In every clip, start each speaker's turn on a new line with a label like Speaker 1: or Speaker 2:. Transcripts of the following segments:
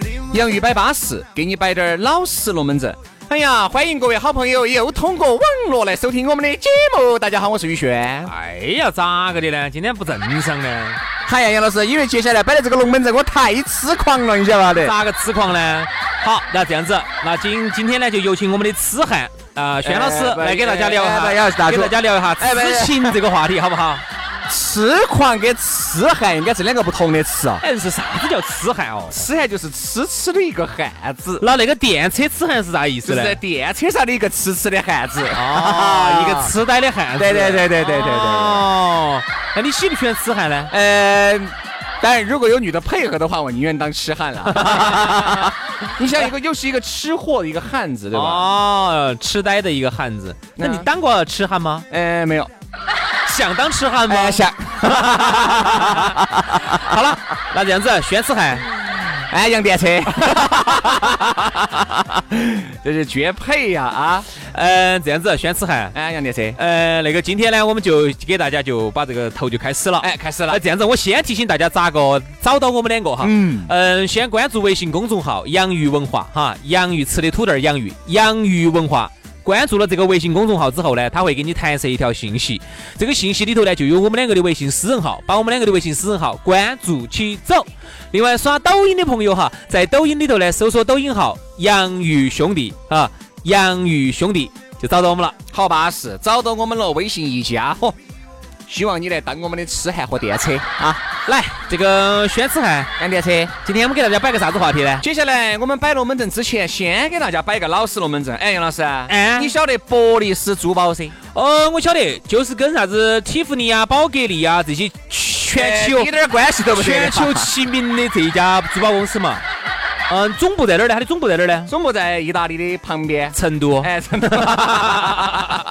Speaker 1: ritmo...
Speaker 2: 洋芋摆巴适，给你摆点儿老实龙门阵。哎呀，欢迎各位好朋友又通过网络来收听我们的节目。大家好，我是宇轩。
Speaker 3: 哎呀，咋个的呢？今天不正常呢？
Speaker 2: 哎呀，杨老师，因为接下来摆的这个龙门阵，我太痴狂了，你晓得 吧？
Speaker 3: 咋个痴狂呢？好，那这样子，那今今天呢，就有请我们的痴汉啊，轩老师
Speaker 2: 哎不
Speaker 3: 来给大家聊一
Speaker 2: 哎不
Speaker 3: 下，
Speaker 2: 要大
Speaker 3: 给
Speaker 2: 叔
Speaker 3: 大家聊一下
Speaker 2: 哎不
Speaker 3: 痴情这个话题，好不 好？
Speaker 2: 痴狂跟痴汉应该是两个不同的词啊。
Speaker 3: 哎，是啥子叫痴汉哦？
Speaker 2: 痴汉就是痴痴的一个汉子，
Speaker 3: 那那个电车痴汉是啥意
Speaker 2: 就
Speaker 3: 思
Speaker 2: 是
Speaker 3: 呢
Speaker 2: 在？电车上的一个痴痴的汉 子。
Speaker 3: 哦，一个。痴呆的汉子。
Speaker 2: 对对对对对对对对。
Speaker 3: 哦，那你喜不喜欢痴汉呢？
Speaker 2: 呃，当然如果有女的配合的话，我宁愿当痴汉 了。你想一个又是一个吃货的一个汉子，对吧？
Speaker 3: 哦，痴呆的一个汉子。那你
Speaker 2: 嗯
Speaker 3: 当过痴汉吗？
Speaker 2: 哎，没有，
Speaker 3: 想当痴汉吗？
Speaker 2: 哎，下，
Speaker 3: 好了，那这样子，轩痴汉。
Speaker 2: 哎，杨电车， 这是绝配呀啊！
Speaker 3: 嗯、这样子，宣痴汉。
Speaker 2: 哎，杨电车，
Speaker 3: 呃，那个今天呢，我们就给大家就把这个头就开始了。
Speaker 2: 哎，开始
Speaker 3: 那
Speaker 2: 了，
Speaker 3: 这样子，我先提醒大家咋个找到我们两个哈。
Speaker 2: 嗯
Speaker 3: 嗯。先关注微信公众号“洋芋文化”哈，洋芋吃的土豆儿，洋芋，洋芋文化。关注了这个微信公众号之后呢，他会给你弹射一条信息，这个信息里头呢就有我们两个的微信私人号，把我们两个的微信私人号关注起走。另外，刷抖音的朋友哈，在抖音里头呢搜索抖音号“洋芋兄弟”啊，“洋芋兄弟”就找到我们了。
Speaker 2: 好巴适，找到我们了，微信一加伙，希望你来当我们的痴汉和电车啊！
Speaker 3: 来，这个宣子涵，
Speaker 2: 杨电车，
Speaker 3: 今天我们给大家摆个啥子话题呢？
Speaker 2: 接下来我们摆龙门阵之前，先给大家摆个老实龙门阵。哎，杨老师，
Speaker 3: 哎
Speaker 2: 你晓得伯利斯珠宝噻？
Speaker 3: 哦，我晓得，就是跟啥子蒂芙尼呀、宝格丽呀啊这些全球
Speaker 2: 哎一点儿关系都不得
Speaker 3: 全球齐名的这一家珠宝公司嘛。嗯，总部在哪儿呢？它的总部在哪儿呢？
Speaker 2: 总部在意大利的旁边。
Speaker 3: 成都。
Speaker 2: 哎，真的。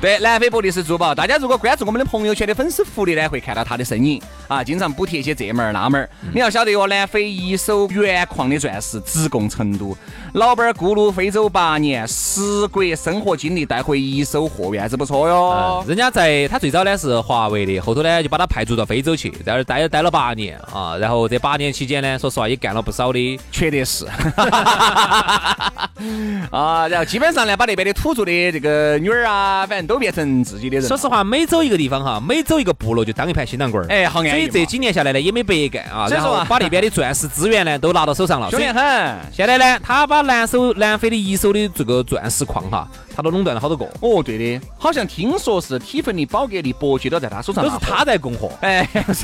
Speaker 2: 对，南非伯利斯珠宝，大家如果关注我们的朋友圈的粉丝福利呢，会看到他的身影啊，经常补贴一些这门儿那门儿。
Speaker 3: 嗯
Speaker 2: 你要晓得哟，南非一手原矿的钻石直供成都，老板儿咕噜非洲八年，十国生活经历带回一手货源，子不错哟
Speaker 3: 嗯，。人家在他最早呢是华为的，后头呢就把他派驻到非洲去，在那儿待待了八年啊。然后这八年期间呢，说实话也干了不少的
Speaker 2: 缺德是。 啊，然后基本上呢，把那边的土著的这个女儿啊，反正都变成自己的人了。
Speaker 3: 说实话，每走一个地方哈，每走一个部落就当一盘新郎官儿。
Speaker 2: 哎好安逸嘛
Speaker 3: 所以这几年下来呢，也没白干啊。
Speaker 2: 所以
Speaker 3: 然
Speaker 2: 说啊
Speaker 3: 后把那边的钻石资源呢都拿到手上了。
Speaker 2: 凶
Speaker 3: 所以
Speaker 2: 得很。
Speaker 3: 现在呢，他把南手南非的一手的这个钻石矿哈，他都垄断了好多个，
Speaker 2: 哦，对的，好像听说是蒂芬尼、宝格丽、伯爵都在他手上，
Speaker 3: 都是他。在供货。
Speaker 2: 哎， 是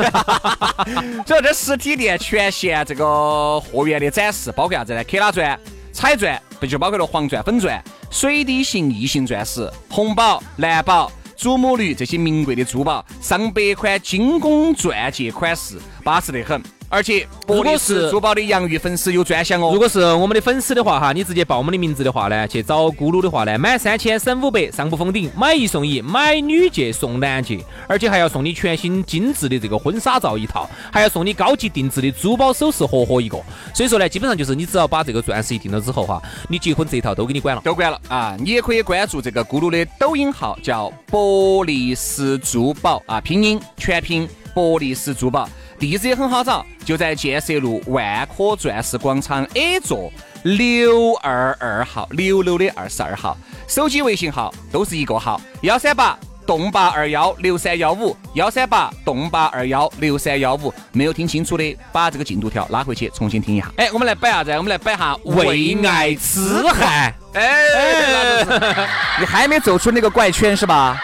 Speaker 2: 所以这实体店全线这个货源的展示，包括啥子呢？克拉钻、彩钻，不就包括了黄钻、粉钻、水滴形异形钻石、红宝、蓝宝。祖母绿这些名贵的珠宝，上百款精工钻戒款式，巴适得很。而且，
Speaker 3: 如
Speaker 2: 伯
Speaker 3: 果
Speaker 2: 利斯
Speaker 3: 是
Speaker 2: 珠宝的洋芋粉丝有专享哦。
Speaker 3: 如果是我们的粉丝的话哈，你直接报我们的名字的话呢，去找咕噜的话呢，满三千省五百，上不封顶，买一送一，买女戒送男戒，而且还要送你全新精致的这个婚纱照一套，还要送你高级定制的珠宝首饰盒盒一个。所以说呢，基本上就是你只要把这个钻石一定了之后哈，你结婚这一套都给你管了。
Speaker 2: 都关了啊！你也可以关注这个咕噜的抖音号，叫伯利斯珠宝啊，拼音全拼伯利斯珠宝，地址也很好找，就在建设路万科钻石广场 A 座六二二号，六楼的二十二号，手机微信号都是一个号，幺三八洞八二幺六三幺五幺三八洞八二幺六三幺五，没有听清楚的，把这个进度条拉回去重新听一下。哎，我们来摆啥子？我们来摆下
Speaker 3: 为爱痴汉，
Speaker 2: 哎，你还没走出那个怪圈是吧？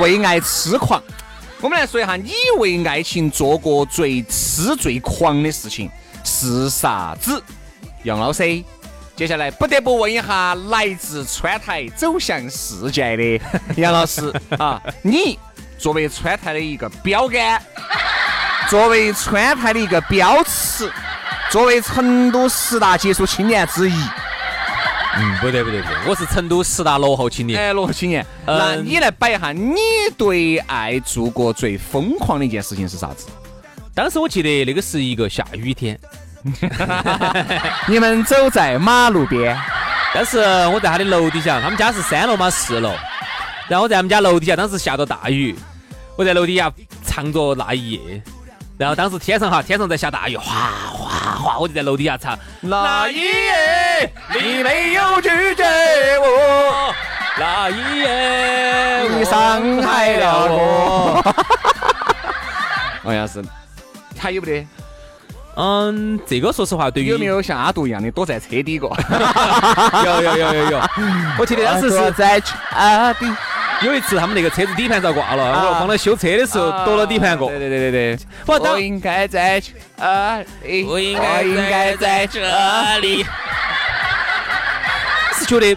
Speaker 2: 为爱痴狂。我们来说一下，你为爱情做过最痴最狂的事情是啥子？杨老师，接下来不得不问一下来自川台走向世界的杨老师啊，你作为川台的一个标杆，作为川台的一个标尺，作为成都十大杰出青年之一，
Speaker 3: 嗯，不对不对不对，我是成都十大落后青年。
Speaker 2: 哎，罗青年，那
Speaker 3: 嗯
Speaker 2: 你来摆一下，你对爱做过最疯狂的一件事情是啥子？
Speaker 3: 当时我记得那个是一个下雨天，
Speaker 2: 你们走在马路边，
Speaker 3: 当时我在他的楼底下，他们家是三楼嘛四楼，然后我在他们家楼底下，当时下着大雨，我在楼底下唱着那一夜，然后当时天上哈天上在下大雨，哗哗哗，我就在楼底下唱
Speaker 2: 那
Speaker 3: 一夜你没有拒绝我，那一夜
Speaker 2: 你伤害了
Speaker 3: 我。
Speaker 2: 好像是。还有不得？
Speaker 3: 嗯，这个说实话，对于
Speaker 2: 有 没有像阿杜一样的躲在车底过？
Speaker 3: 有有有有有， 我记得当时是
Speaker 2: 啊在车啊底，
Speaker 3: 有一次他们那个车子底盘遭挂了，我帮他修车的时候夺了底盘过
Speaker 2: 对。对对对对，
Speaker 3: 不当
Speaker 2: 我应该在啊，我我应该在这。
Speaker 3: 里。是觉得，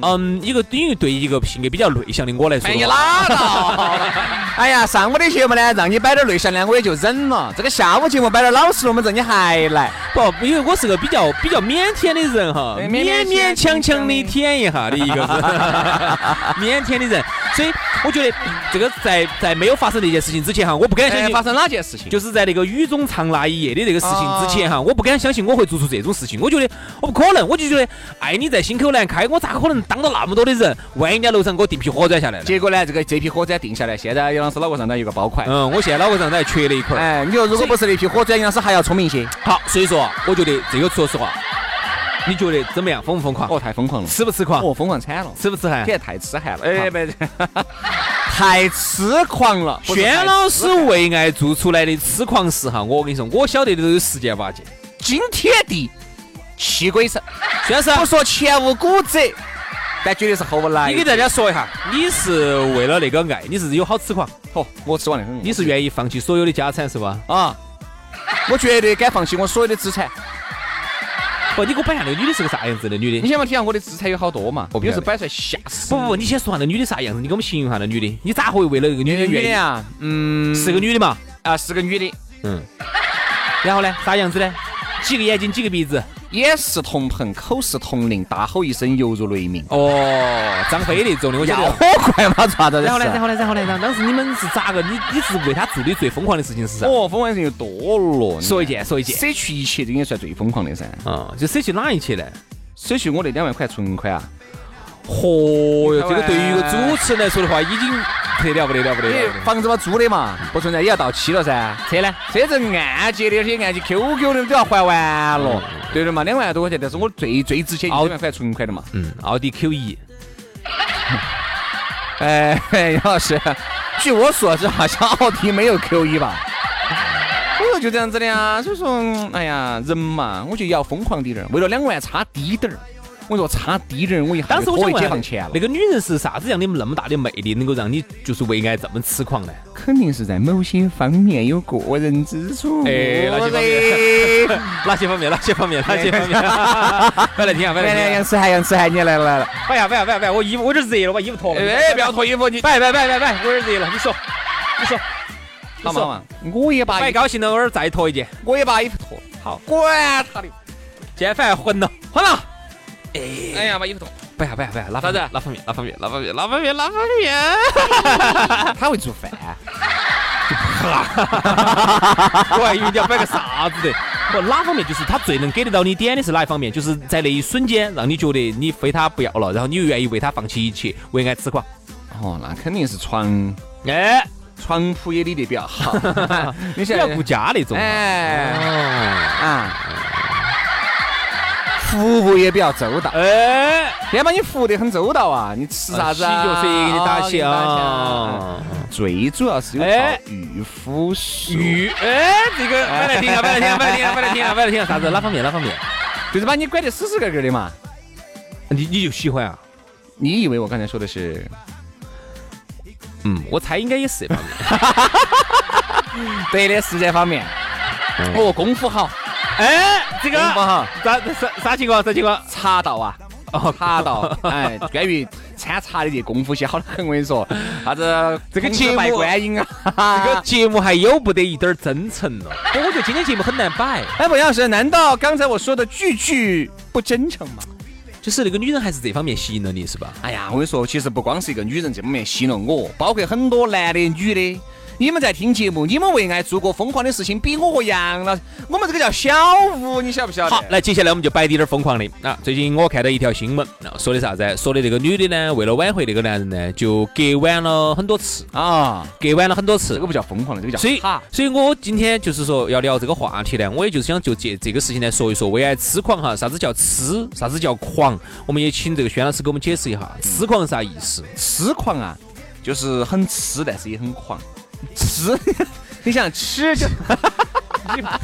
Speaker 3: 嗯，一个因为对于一个性格比较内向的我来说
Speaker 2: 哎，
Speaker 3: 的
Speaker 2: 你
Speaker 3: 话，
Speaker 2: 拉倒！ 哎呀，上午的节目呢，让你摆点内向呢，我也就忍了。这个下午节目摆点老实龙门阵，你还来？
Speaker 3: 不，因为我是个比较比较腼腆的人哈，
Speaker 2: 对
Speaker 3: 勉
Speaker 2: 腼
Speaker 3: 勉
Speaker 2: 腆
Speaker 3: 强
Speaker 2: 强
Speaker 3: 强
Speaker 2: 强
Speaker 3: 的
Speaker 2: 地
Speaker 3: 舔一下的一个人， 腼腆的人，所以我觉得这个在在没有发生那件事情之前哈，我不敢相
Speaker 2: 哎
Speaker 3: 信
Speaker 2: 发生哪件事情？
Speaker 3: 就是在那个雨中唱那一夜的这个事情之
Speaker 2: 哦
Speaker 3: 前哈，我不敢相信我会做出这种事情。我觉得我不可能，我就觉得爱你在心口难开，我咋可能当着那么多的人，万一人家楼上给我地皮火转下来了？
Speaker 2: 结果呢，这个这批火灾定下来，现在杨老师脑壳上头有个包块。
Speaker 3: 嗯，我现在脑壳上都还缺了一块。
Speaker 2: 哎，你说如果不是那批火灾，杨老师还要聪明些。
Speaker 3: 好，所以说啊我觉得这个说实话，你觉得怎么样？疯不疯狂？
Speaker 2: 哦，太疯狂了！
Speaker 3: 痴不痴狂？
Speaker 2: 哦，疯狂惨了，
Speaker 3: 痴不痴汉
Speaker 2: 简？直太痴汉了！哎，不，太痴狂了！不是太
Speaker 3: 轩
Speaker 2: 痴
Speaker 3: 老师为爱做出来的痴狂事哈，我跟你说，我晓得的都有十件八件。
Speaker 2: 惊天地，泣鬼神。
Speaker 3: 轩老
Speaker 2: 不
Speaker 3: 师，啊
Speaker 2: 说前无古者，但绝对是后无来
Speaker 3: 你给
Speaker 2: 者。
Speaker 3: 大家说一下，你是为了那个爱，你是有好痴狂，
Speaker 2: 哦，我吃完了，
Speaker 3: 你是愿意放弃所有的家产是吧？
Speaker 2: 啊？我绝对敢放弃我所有的资产。
Speaker 3: 不，你给我摆下那个女的是个啥样子的女
Speaker 2: 你
Speaker 3: 的？
Speaker 2: 想嘛，体下我的资产有好多嘛，
Speaker 3: 我不
Speaker 2: 有
Speaker 3: 晓得
Speaker 2: 时摆出来吓死
Speaker 3: 不
Speaker 2: 人。
Speaker 3: 不不，你先说下那女的啥样子，你给我们形容下那女的，你咋会为了一个女的
Speaker 2: 女的
Speaker 3: 愿意？
Speaker 2: 呀，嗯，
Speaker 3: 是个女的嘛？
Speaker 2: 啊，是个女的，
Speaker 3: 嗯。然后呢，啥样子呢？几个眼睛，几个鼻子？
Speaker 2: 眼是同朋，口是同邻，大吼一声犹如雷鸣。
Speaker 3: 哦，张飞那种的，我晓得。
Speaker 2: 要火快嘛，抓到的啊
Speaker 3: 然后呢，然
Speaker 2: 后
Speaker 3: 后呢，然后呢，然后当时你们是咋个？你你是为他做的最疯狂的事情是啥？
Speaker 2: 哦，疯狂人又多了。
Speaker 3: 说一件，说一件。
Speaker 2: 舍去一切，这应该算最疯狂的噻。
Speaker 3: 啊，就舍去哪一切呢？
Speaker 2: 舍去我那两万块存款啊，
Speaker 3: 嚯哟，这个
Speaker 2: 你看嘛
Speaker 3: 对于一个主持人来说的话，已经特了不得了不得
Speaker 2: 因
Speaker 3: 了
Speaker 2: 为
Speaker 3: 不得。
Speaker 2: 哎房子嘛租的嘛，不存在也要到期了噻。
Speaker 3: 车呢？
Speaker 2: 车子按揭的，而且按揭 QQ 的都要还完了，对的嘛，两万多块钱，但是我最最值钱一
Speaker 3: 哦
Speaker 2: 万块存款的嘛。
Speaker 3: 嗯，奥迪 Q 一。
Speaker 2: 哎，杨老师，据我所知，好像奥迪没有 Q 一吧？我说就这样子的呀，所以说，嗯哎呀，人嘛，我觉得要疯狂滴点儿，为了两万差低点儿。我说差低点儿，我一下
Speaker 3: 当时我
Speaker 2: 就
Speaker 3: 想
Speaker 2: 可
Speaker 3: 问
Speaker 2: 以解放前了
Speaker 3: 那，个女人是啥子样的那么大的魅力，能够让你就是为爱这么痴狂 呢？
Speaker 2: 肯定是在某些方面有过人之处。
Speaker 3: 哎那就放
Speaker 2: 些方面？
Speaker 3: 哪些方面？哪些方面？哪些 方面？快来听啊下，快
Speaker 2: 来来，
Speaker 3: 来听 下！
Speaker 2: 杨思涵，杨思涵，你来了来了。
Speaker 3: 摆呀摆呀摆呀摆！我衣服我这热了，我把衣服脱了。
Speaker 2: 哎，不要脱衣服，你
Speaker 3: 摆摆摆摆摆！我这热了， 你说，你说，
Speaker 2: 好嘛好嘛，我也把
Speaker 3: 摆
Speaker 2: 衣
Speaker 3: 高兴了，我这儿再脱一件。
Speaker 2: 我也把衣服脱了。好，管他的。
Speaker 3: 今天反正混了，混了。
Speaker 2: 哎呀，把衣服脱。
Speaker 3: 摆呀摆呀摆呀，哪方面？哪方面？哪方面？哪方面？哪方面？哪方
Speaker 2: 他会做饭。
Speaker 3: 面？我还以为你要摆个啥子的。不，哪方面就是他最能给得到你点的是哪一方面？就是在那一瞬间，让你觉得你非他不要了，然后你又愿意为他放弃一切，为爱痴狂。
Speaker 2: 哦，那肯定是床
Speaker 3: 哎，
Speaker 2: 床铺也理得比较好。
Speaker 3: 不
Speaker 2: 你想
Speaker 3: 要顾家那种嘛。
Speaker 2: 哎
Speaker 3: 哦，
Speaker 2: 啊，服务也比较周到，
Speaker 3: 哎，
Speaker 2: 先把你服务得很周到啊！你吃啥子啊？
Speaker 3: 洗脚水哦给你打起
Speaker 2: 啊
Speaker 3: 啊！
Speaker 2: 最主要是有
Speaker 3: 哎
Speaker 2: 套御夫术，
Speaker 3: 玉，哎，这个摆来听啊，摆来听啊，摆来听啊，摆来听啊，摆来听啊，啥子？哪方面？哪方面？
Speaker 2: 就是把你管得死死个个的嘛。
Speaker 3: 你你就喜欢啊？
Speaker 2: 你以为我刚才说的是
Speaker 3: 嗯，我猜应该也是这方 面。
Speaker 2: 对的是这方面？哦，功夫好，
Speaker 3: 哎，这个
Speaker 2: 功夫好，
Speaker 3: 啥啥啥情况？啥情况？
Speaker 2: 茶道啊，哦，茶道，哎，关于参茶的这功夫些好得很，我跟你说，啥子
Speaker 3: 这个
Speaker 2: 孔子
Speaker 3: 节目
Speaker 2: 拜观音啊，
Speaker 3: 这个节目还有不得一点儿真诚了。我觉得今天节目很难摆，
Speaker 2: 哎，孟老师，难道刚才我说的句句不真诚吗？
Speaker 3: 就是那个女人还是这方面吸引了你是吧？
Speaker 2: 哎呀，我跟你说，其实不光是一个女人这么面吸引了我，包括很多男的、女的。你们在听节目，你们为爱做过疯狂的事情，比我和杨老师，我们这个叫小吴，你晓不晓得？
Speaker 3: 好，来，接下来我们就摆低点儿疯狂的啊！最近我看到一条新闻，啊，说的啥子？说的这个女的呢，为了挽回那个男人呢，就割腕了很多次，
Speaker 2: 啊，
Speaker 3: 割腕了很多次
Speaker 2: 这个。不叫疯狂的，这个叫
Speaker 3: 所以
Speaker 2: 哈，
Speaker 3: 所以我今天就是说要聊这个话题呢，我也就是想就借这个事情来说一说为爱痴狂哈，啥子叫痴，啥子叫狂，我们也请这个轩老师给我们解释一下痴狂是啥意 思。
Speaker 2: 痴狂啊，就是很痴，但是也很狂。痴， 你想痴就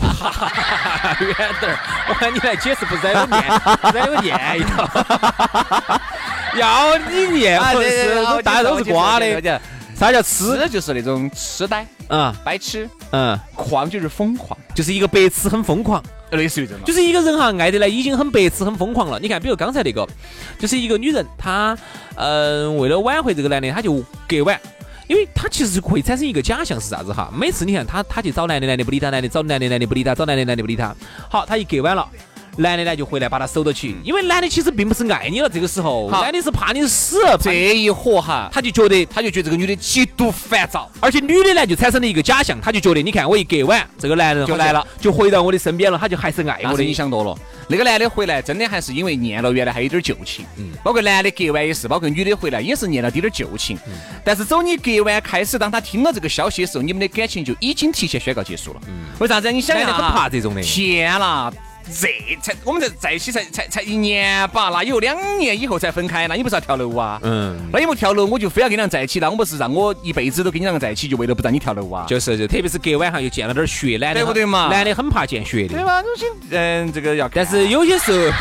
Speaker 3: 远点儿，哎我喊你来解释，不哎然有念，不然有
Speaker 2: 哎
Speaker 3: 念一套。要你念，
Speaker 2: 啊
Speaker 3: 不
Speaker 2: 对对
Speaker 3: 是
Speaker 2: 对，我
Speaker 3: 大家都是
Speaker 2: 记得
Speaker 3: 瓜
Speaker 2: 我
Speaker 3: 的。
Speaker 2: 记得
Speaker 3: 啥叫
Speaker 2: 我记
Speaker 3: 痴？
Speaker 2: 得痴就是那种痴呆、
Speaker 3: 嗯
Speaker 2: 白痴，
Speaker 3: 嗯，
Speaker 2: 狂就是疯狂，
Speaker 3: 就是一个白痴很疯狂，
Speaker 2: 类似于这种。
Speaker 3: 就是一个人哈爱的呢已经很白痴很疯狂了。你看，比如刚才那个，就是一个女人，她嗯、呃为了挽回这个男的，她就割腕。因为她其实会产生一个假象是啥子哈？每次你看她，她去找男的，男的不理她；男的找男的，男的不理她；找男的，男的不理她。好，她一割腕了，男的呢就回来把她收到起，因为男的其实并不是爱你了，这个时候，
Speaker 2: 好
Speaker 3: 男的是怕你死，怕
Speaker 2: 这
Speaker 3: 你
Speaker 2: 一伙哈，
Speaker 3: 他就觉得
Speaker 2: 他就觉得这个女的极度烦躁。
Speaker 3: 而且女的呢，就产生了一个假象，她就觉得，你看我一割腕，这个男人
Speaker 2: 就
Speaker 3: 好像
Speaker 2: 来了，
Speaker 3: 就回到我的身边了，他就还是爱
Speaker 2: 哎我
Speaker 3: 我
Speaker 2: 的
Speaker 3: 的。
Speaker 2: 你想多了，那个男的回来真的还是因为念了原来还有点旧情，
Speaker 3: 嗯
Speaker 2: 包括男的割腕也是，包括女的回来也是念了滴点旧情。
Speaker 3: 嗯
Speaker 2: 但是走你割腕开始，当他听到这个消息的时候，你们的感情就已经提前宣告结束了。为啥子？你想一
Speaker 3: 嗯男
Speaker 2: 下
Speaker 3: 的
Speaker 2: 啊，
Speaker 3: 很怕这种的。
Speaker 2: 天啦！这才我们在在一起才才才一年吧，那有两年以后才分开，那你不是要跳楼啊？
Speaker 3: 嗯，
Speaker 2: 那你不跳楼，我就非要跟你俩在一起，那我不是让我一辈子都跟你俩在一起，就为了不让你跳楼啊？
Speaker 3: 就是就特别是隔晚上又见了点血，男的嗯
Speaker 2: 对不对嘛
Speaker 3: 男的很怕见血
Speaker 2: 对
Speaker 3: 的，
Speaker 2: 吧？这些嗯，这个要
Speaker 3: 但
Speaker 2: 看，
Speaker 3: 是有些时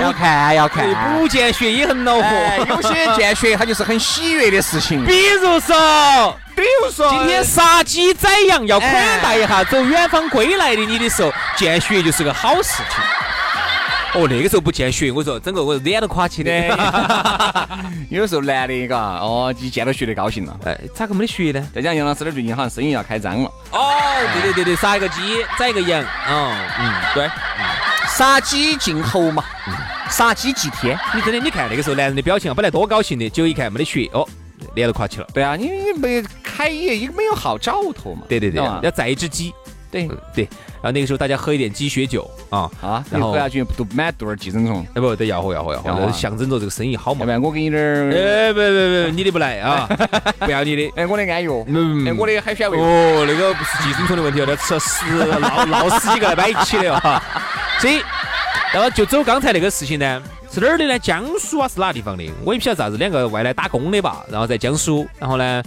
Speaker 2: 要
Speaker 3: 啊
Speaker 2: 看要
Speaker 3: 候不见血也很恼
Speaker 2: 哎，
Speaker 3: 火。
Speaker 2: 有些见血它就是很喜悦的事情。
Speaker 3: 比如说，
Speaker 2: 比如说
Speaker 3: 今天杀鸡宰羊要款待一下走远方归来的你的时候，见血就是个好事情。哦，那个时候不见血，我说整个我脸都垮起 的。
Speaker 2: 有时候男的嘎，哦，一见到血就高兴了。
Speaker 3: 哎，咋个没得血呢？
Speaker 2: 再加上杨老师的最近好像生意要开张了，
Speaker 3: 哦，对对对对，杀一个鸡，宰一个羊，哦，嗯，对，
Speaker 2: 杀鸡儆猴嘛，杀鸡祭天。
Speaker 3: 你真的，你看那个时候男人的表情啊，本来多高兴的，结果一看没得血，哦，脸都垮起了。
Speaker 2: 对啊，你你没开业也没有好兆头嘛。
Speaker 3: 对对对
Speaker 2: 懂吗，
Speaker 3: 要宰一只鸡，
Speaker 2: 对
Speaker 3: 嗯对。然后那个时候大家喝一点鸡血酒啊，
Speaker 2: 啊，
Speaker 3: 然
Speaker 2: 然
Speaker 3: 后
Speaker 2: 后喝下去不都满肚儿寄生虫，
Speaker 3: 哎不，对，要喝要喝要
Speaker 2: 要喝啊
Speaker 3: 喝，象征着这个生意好
Speaker 2: 要
Speaker 3: 嘛
Speaker 2: 不。然我给你点儿，
Speaker 3: 哎，不不 不，你的不来啊，不要你的。
Speaker 2: 哎，我的安药，
Speaker 3: 嗯
Speaker 2: 哎，我的海鲜味，
Speaker 3: 哦，那个不是寄生虫的问题哦，那吃了十闹闹十几个来摆一起的哦哈。所以，然后就走刚才那个事情呢，是哪儿的呢？江苏啊，是哪个地方的？我也不晓得啥子，两个外来打工的吧，然后在江苏，然后呢。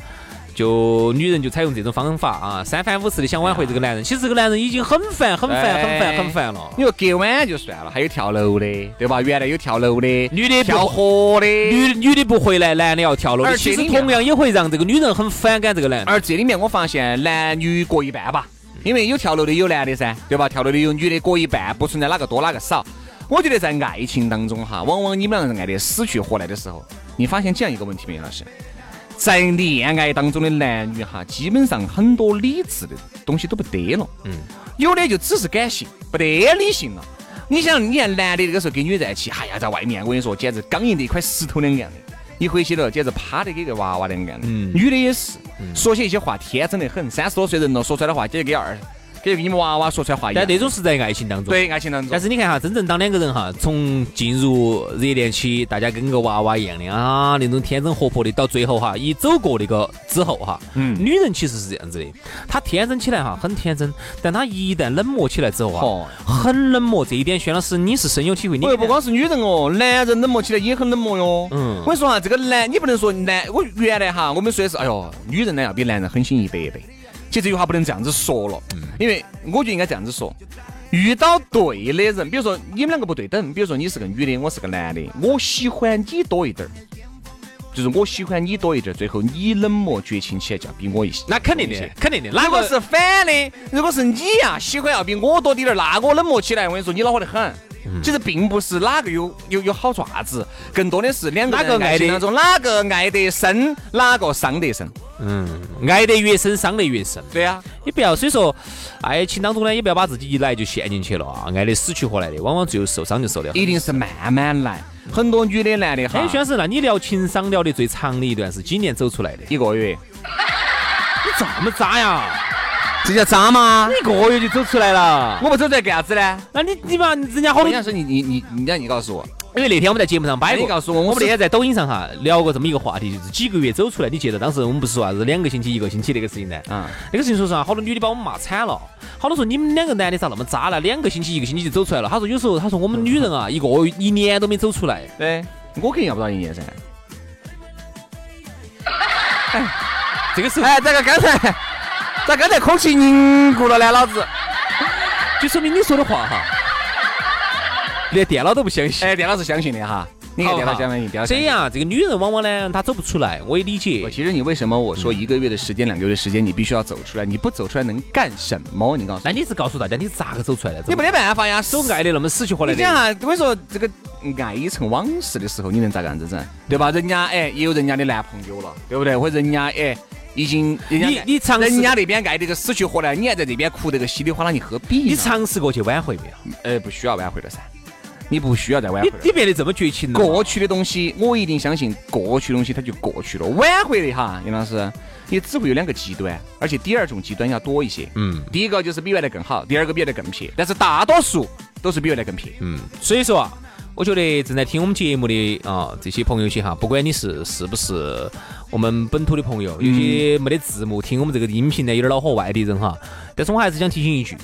Speaker 3: 就女人就采用这种方法啊，三番五次的想挽回这个男人。其实这个男人已经很烦、很烦、很烦、
Speaker 2: 哎
Speaker 3: 很烦了。
Speaker 2: 你说割腕就算了，还有跳楼的，对吧？原来有跳楼的，
Speaker 3: 女的不
Speaker 2: 跳河的，
Speaker 3: 女女的不回来，男的要跳楼
Speaker 2: 而。
Speaker 3: 其
Speaker 2: 这
Speaker 3: 实
Speaker 2: 里面
Speaker 3: 同样也会让这个女人很反感这个男人。
Speaker 2: 而这里面我发现男女各一半吧，因为有跳楼的有男的噻，对吧？跳楼的有女的，各一半，不存在哪个多哪个少。我觉得在爱情当中哈，往往你们两个人爱得死去活来的时候，你发现这样一个问题没，杨老师？在恋爱当中的男女哈，基本上很多理智的东西都不得了，嗯，有的就只是感性，不得理性了。你想，你看男的那个时候跟女的在一起，哎呀，在外面我跟你说，简直刚硬的一块石头两样的。你回去了，简直趴得跟个娃
Speaker 3: 嗯
Speaker 2: 娃两样的。女的也是，说些一些话天真的很，三十多岁人了，说出来的话简直跟二给就给你们娃娃说出来话一
Speaker 3: 但
Speaker 2: 样。
Speaker 3: 那种是在爱情当中。。
Speaker 2: 对，爱情当中。
Speaker 3: 但是你看哈，真正当两个人哈，从进入热恋期，大家跟个娃娃一样的啊，那种天真活泼的，到最后哈，一走过那个之后哈，嗯，女人其实是这样子的，她天真起来哈，很天真，但她一旦冷漠起来之后啊，
Speaker 2: 哦
Speaker 3: 很冷漠，这一点，薛老师你是深有体会，你
Speaker 2: 我又不光是女人哦，男人冷漠起来也很冷漠哟。
Speaker 3: 嗯
Speaker 2: 嗯，我跟你说哈，这个男，你不能说男，我原来哈，我们说的是，哎呦，女人呢要比男人狠心一百倍。其实这句话不能这样子说了，
Speaker 3: 嗯
Speaker 2: 因为我就应该这样子说。遇到对的人，比如说你们两个不对等，比如说你是个女的，我是个男的，我喜欢你多一点儿，就是我喜欢你多一点儿，最后你冷漠绝情起来就要比我一些。
Speaker 3: 那肯定的，肯定的，哪
Speaker 2: 如
Speaker 3: 个
Speaker 2: 果是反的，如果是你呀、喜欢要比我多滴点儿，那我冷漠起来，我跟你说，你恼火得很。
Speaker 3: 嗯
Speaker 2: 其实并不是哪个有有有好爪子，更多的是两个
Speaker 3: 哪个
Speaker 2: 人爱
Speaker 3: 爱
Speaker 2: 情
Speaker 3: 得
Speaker 2: 当中哪个爱得深，哪个伤得深。
Speaker 3: 爱得越深，伤得越深。
Speaker 2: 对啊呀、
Speaker 3: 你不要，所以说，爱情当中呢，也不要把自己一来就陷进去了啊，爱得死去活来的，往往最后受伤就受得很。
Speaker 2: 一定是慢慢来。很多女的男的哈
Speaker 3: 哎，，徐老师，那你聊情商聊的最长的一段是几年走出来的？
Speaker 2: 一个月，
Speaker 3: 这么渣呀？
Speaker 2: 这叫渣吗？
Speaker 3: 一个月就走出来了？
Speaker 2: 我不走出来干啥子呢？
Speaker 3: 啊那你哦你把人家好
Speaker 2: 我
Speaker 3: 多
Speaker 2: 想，说你你你你让你告诉我，
Speaker 3: 因为那天我们在节目上摆
Speaker 2: 哎
Speaker 3: 过，
Speaker 2: 你告诉我我
Speaker 3: 我们
Speaker 2: 是
Speaker 3: 那天在抖音上哈聊过这么一个话题，就是几个月走出来。你记得当时我们不是说啥子两个星期、一个星期那个事情呢？
Speaker 2: 嗯
Speaker 3: 那个事情说实话，好多女的把我们骂惨了，好多说你们两个男的咋那么渣呢？两个星期、一个星期就走出来了。他说有时候他说我们女人啊，一个月一年都没走出来。
Speaker 2: 对哎我肯定要不到一年噻。
Speaker 3: 这个时候
Speaker 2: 哎，这个刚才，咋刚才空气凝固了呢？老子。
Speaker 3: 就说明你说的话哈，连电脑都不相信。
Speaker 2: 哎，电脑是相信的哈，你看电脑相信，电脑相
Speaker 3: 这
Speaker 2: 信。
Speaker 3: 样啊，这个女人往往呢，她走不出来，我也理解
Speaker 2: 我。其实你为什么我说一个月的时间、两个月的时间，你必须要走出来，你不走出来能干什么？你告诉
Speaker 3: 那
Speaker 2: 我，
Speaker 3: 你是告诉大家你是咋个走出来的？
Speaker 2: 你没得办法呀，手
Speaker 3: 都
Speaker 2: 爱。
Speaker 3: 爱得那么死去活来
Speaker 2: 你想
Speaker 3: 的，
Speaker 2: 哈，我跟你说这个嗯爱成往事的时候，你能咋个样子整？对吧？人家哎也有人家的男朋友了，对不对？或者人家哎已经人家
Speaker 3: 你你尝试
Speaker 2: 人家那边爱得个死去活来，你还在这边哭得个稀里哗啦，你何必呢？
Speaker 3: 你尝试过去挽回没有？
Speaker 2: 呃不需要挽回了噻，你不需要再挽回
Speaker 3: 你
Speaker 2: 了。
Speaker 3: 你变得这么绝情了吗？
Speaker 2: 过去的东西，我一定相信过去的东西它就过去了。挽回的哈，杨老师，也只会有两个极端，而且第二种极端要多一些。
Speaker 3: 嗯，
Speaker 2: 第一个就是比原来更好，第二个比原来更撇，但是大多数都是比原来更撇。
Speaker 3: 嗯，所以说啊，我觉得正在听我们节目的啊这些朋友些哈，不管你是是不是我们本土的朋友，有
Speaker 2: 嗯
Speaker 3: 些没得字幕听我们这个音频呢，有点恼火外地人哈。但是我还是想提醒一句，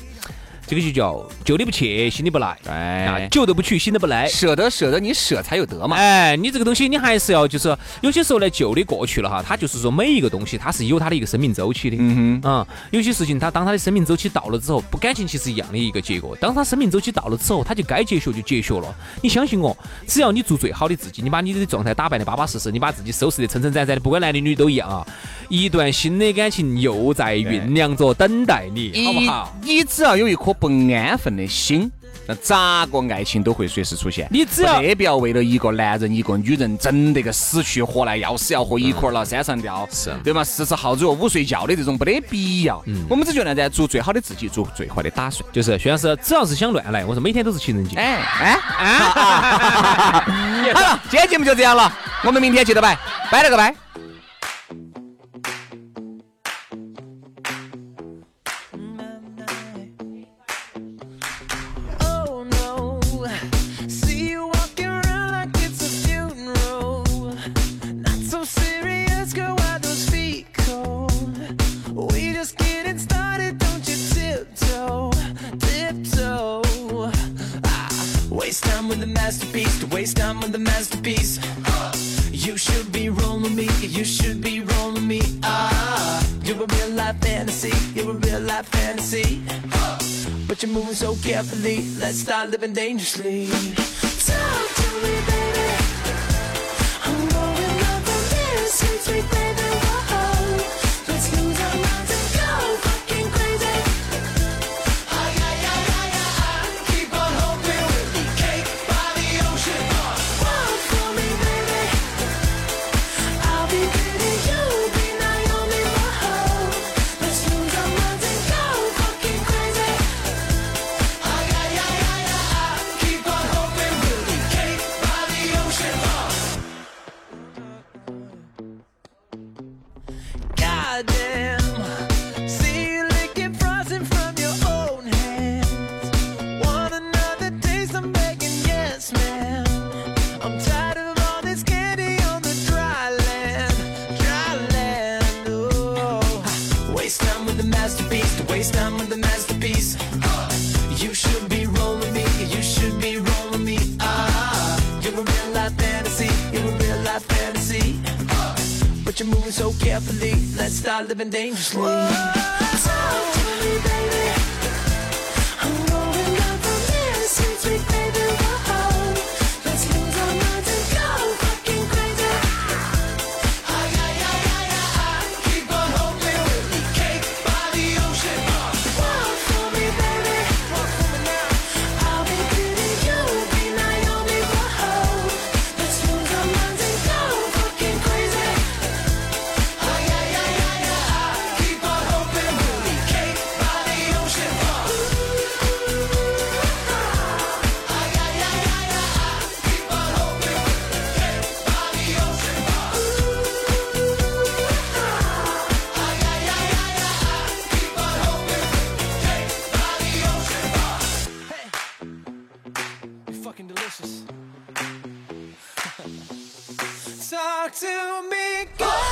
Speaker 3: 这个就叫旧的不去，新的不来。啊
Speaker 2: 哎，，
Speaker 3: 旧的不去，新的不来。
Speaker 2: 舍得舍得，你舍才有得嘛。
Speaker 3: 哎，你这个东西你还是要就是有些时候呢，旧的过去了哈，它就是说每一个东西它是有它的一个生命周期的。
Speaker 2: 嗯哼，
Speaker 3: 啊、有些事情它当它的生命周期到了之后，不感情其实一样的一个结果。当它生命周期到了之后，它就该结束就结束了。你相信我，只要你做最好的自己，你把你的状态打扮的巴巴适适，你把自己收拾的撑撑展展的，不管男的女的都一样啊。一段新的感情又在
Speaker 2: 哎
Speaker 3: 酝酿着等待你，好不好？
Speaker 2: 你你只要有一颗不安分的心，那咋个爱情都会随时出现。
Speaker 3: 你只要
Speaker 2: 不要为了一个男人、一个女人争得个死去活来，要死要活一块儿了，山上吊，
Speaker 3: 嗯是嗯
Speaker 2: 对嘛？吃吃耗子药、午睡觉的这种没得必要。我们只觉得呢，做最好的自己，做最坏的打算。
Speaker 3: 就是薛老师，只要是想乱来，我说每天都是情人节。
Speaker 2: 哎哎哎！好了，今天节目就这样了，我们明天接着拜，拜了个拜。
Speaker 4: Oh no, see you walking around like it's a funeral. Not so serious, girl, why those feet cold? We just getting started, don't you tiptoe, tiptoe? Ah, waste time with the masterpiece, to waste time with the masterpiece. You should be rolling me, you should be rolling me. Ah, you're a real life fantasy, you're a real life fantasy. But you're moving so carefully, let's start living dangerously. Talk to me, baby. I'm going up on this sweet, sweet baby. Whoa. Let's lose our minds and go fucking crazy. Ay, ay, ay, ay, ay, ay. Keep on hoping we'll be cake by the ocean. Walk for me, baby. I'll be pretty, you be Naomi. Whoa. Let's lose our minds and go fucking crazy. Ay, ay, ay, ay, ay, ay. Keep on hoping we'll be cake by the ocean. Goddamn, see you licking frozen from your own oh. Ah, fancy. But you're moving so carefully. Let's start living dangerously. Talk to me, baby. I'm going out from here since we played the home. Let's lose our minds and go fucking crazy. Ay, ay, ay, ay, ay, ay. Keep on hoping we'll be caked by the ocean. Walk for me, baby. Walk for me now. I'll be pretty, you'll be Naomi Warhol. Let's lose our minds and go fucking crazy. Ay, ay, ay, ay, ay, ay. Keep on hoping we'll be caked by the ocean. Ay, ay, ay, ay, ay, ay. Keep on hoping we'll be caked by the ocean. You're fucking delicious. Talk to me, girl.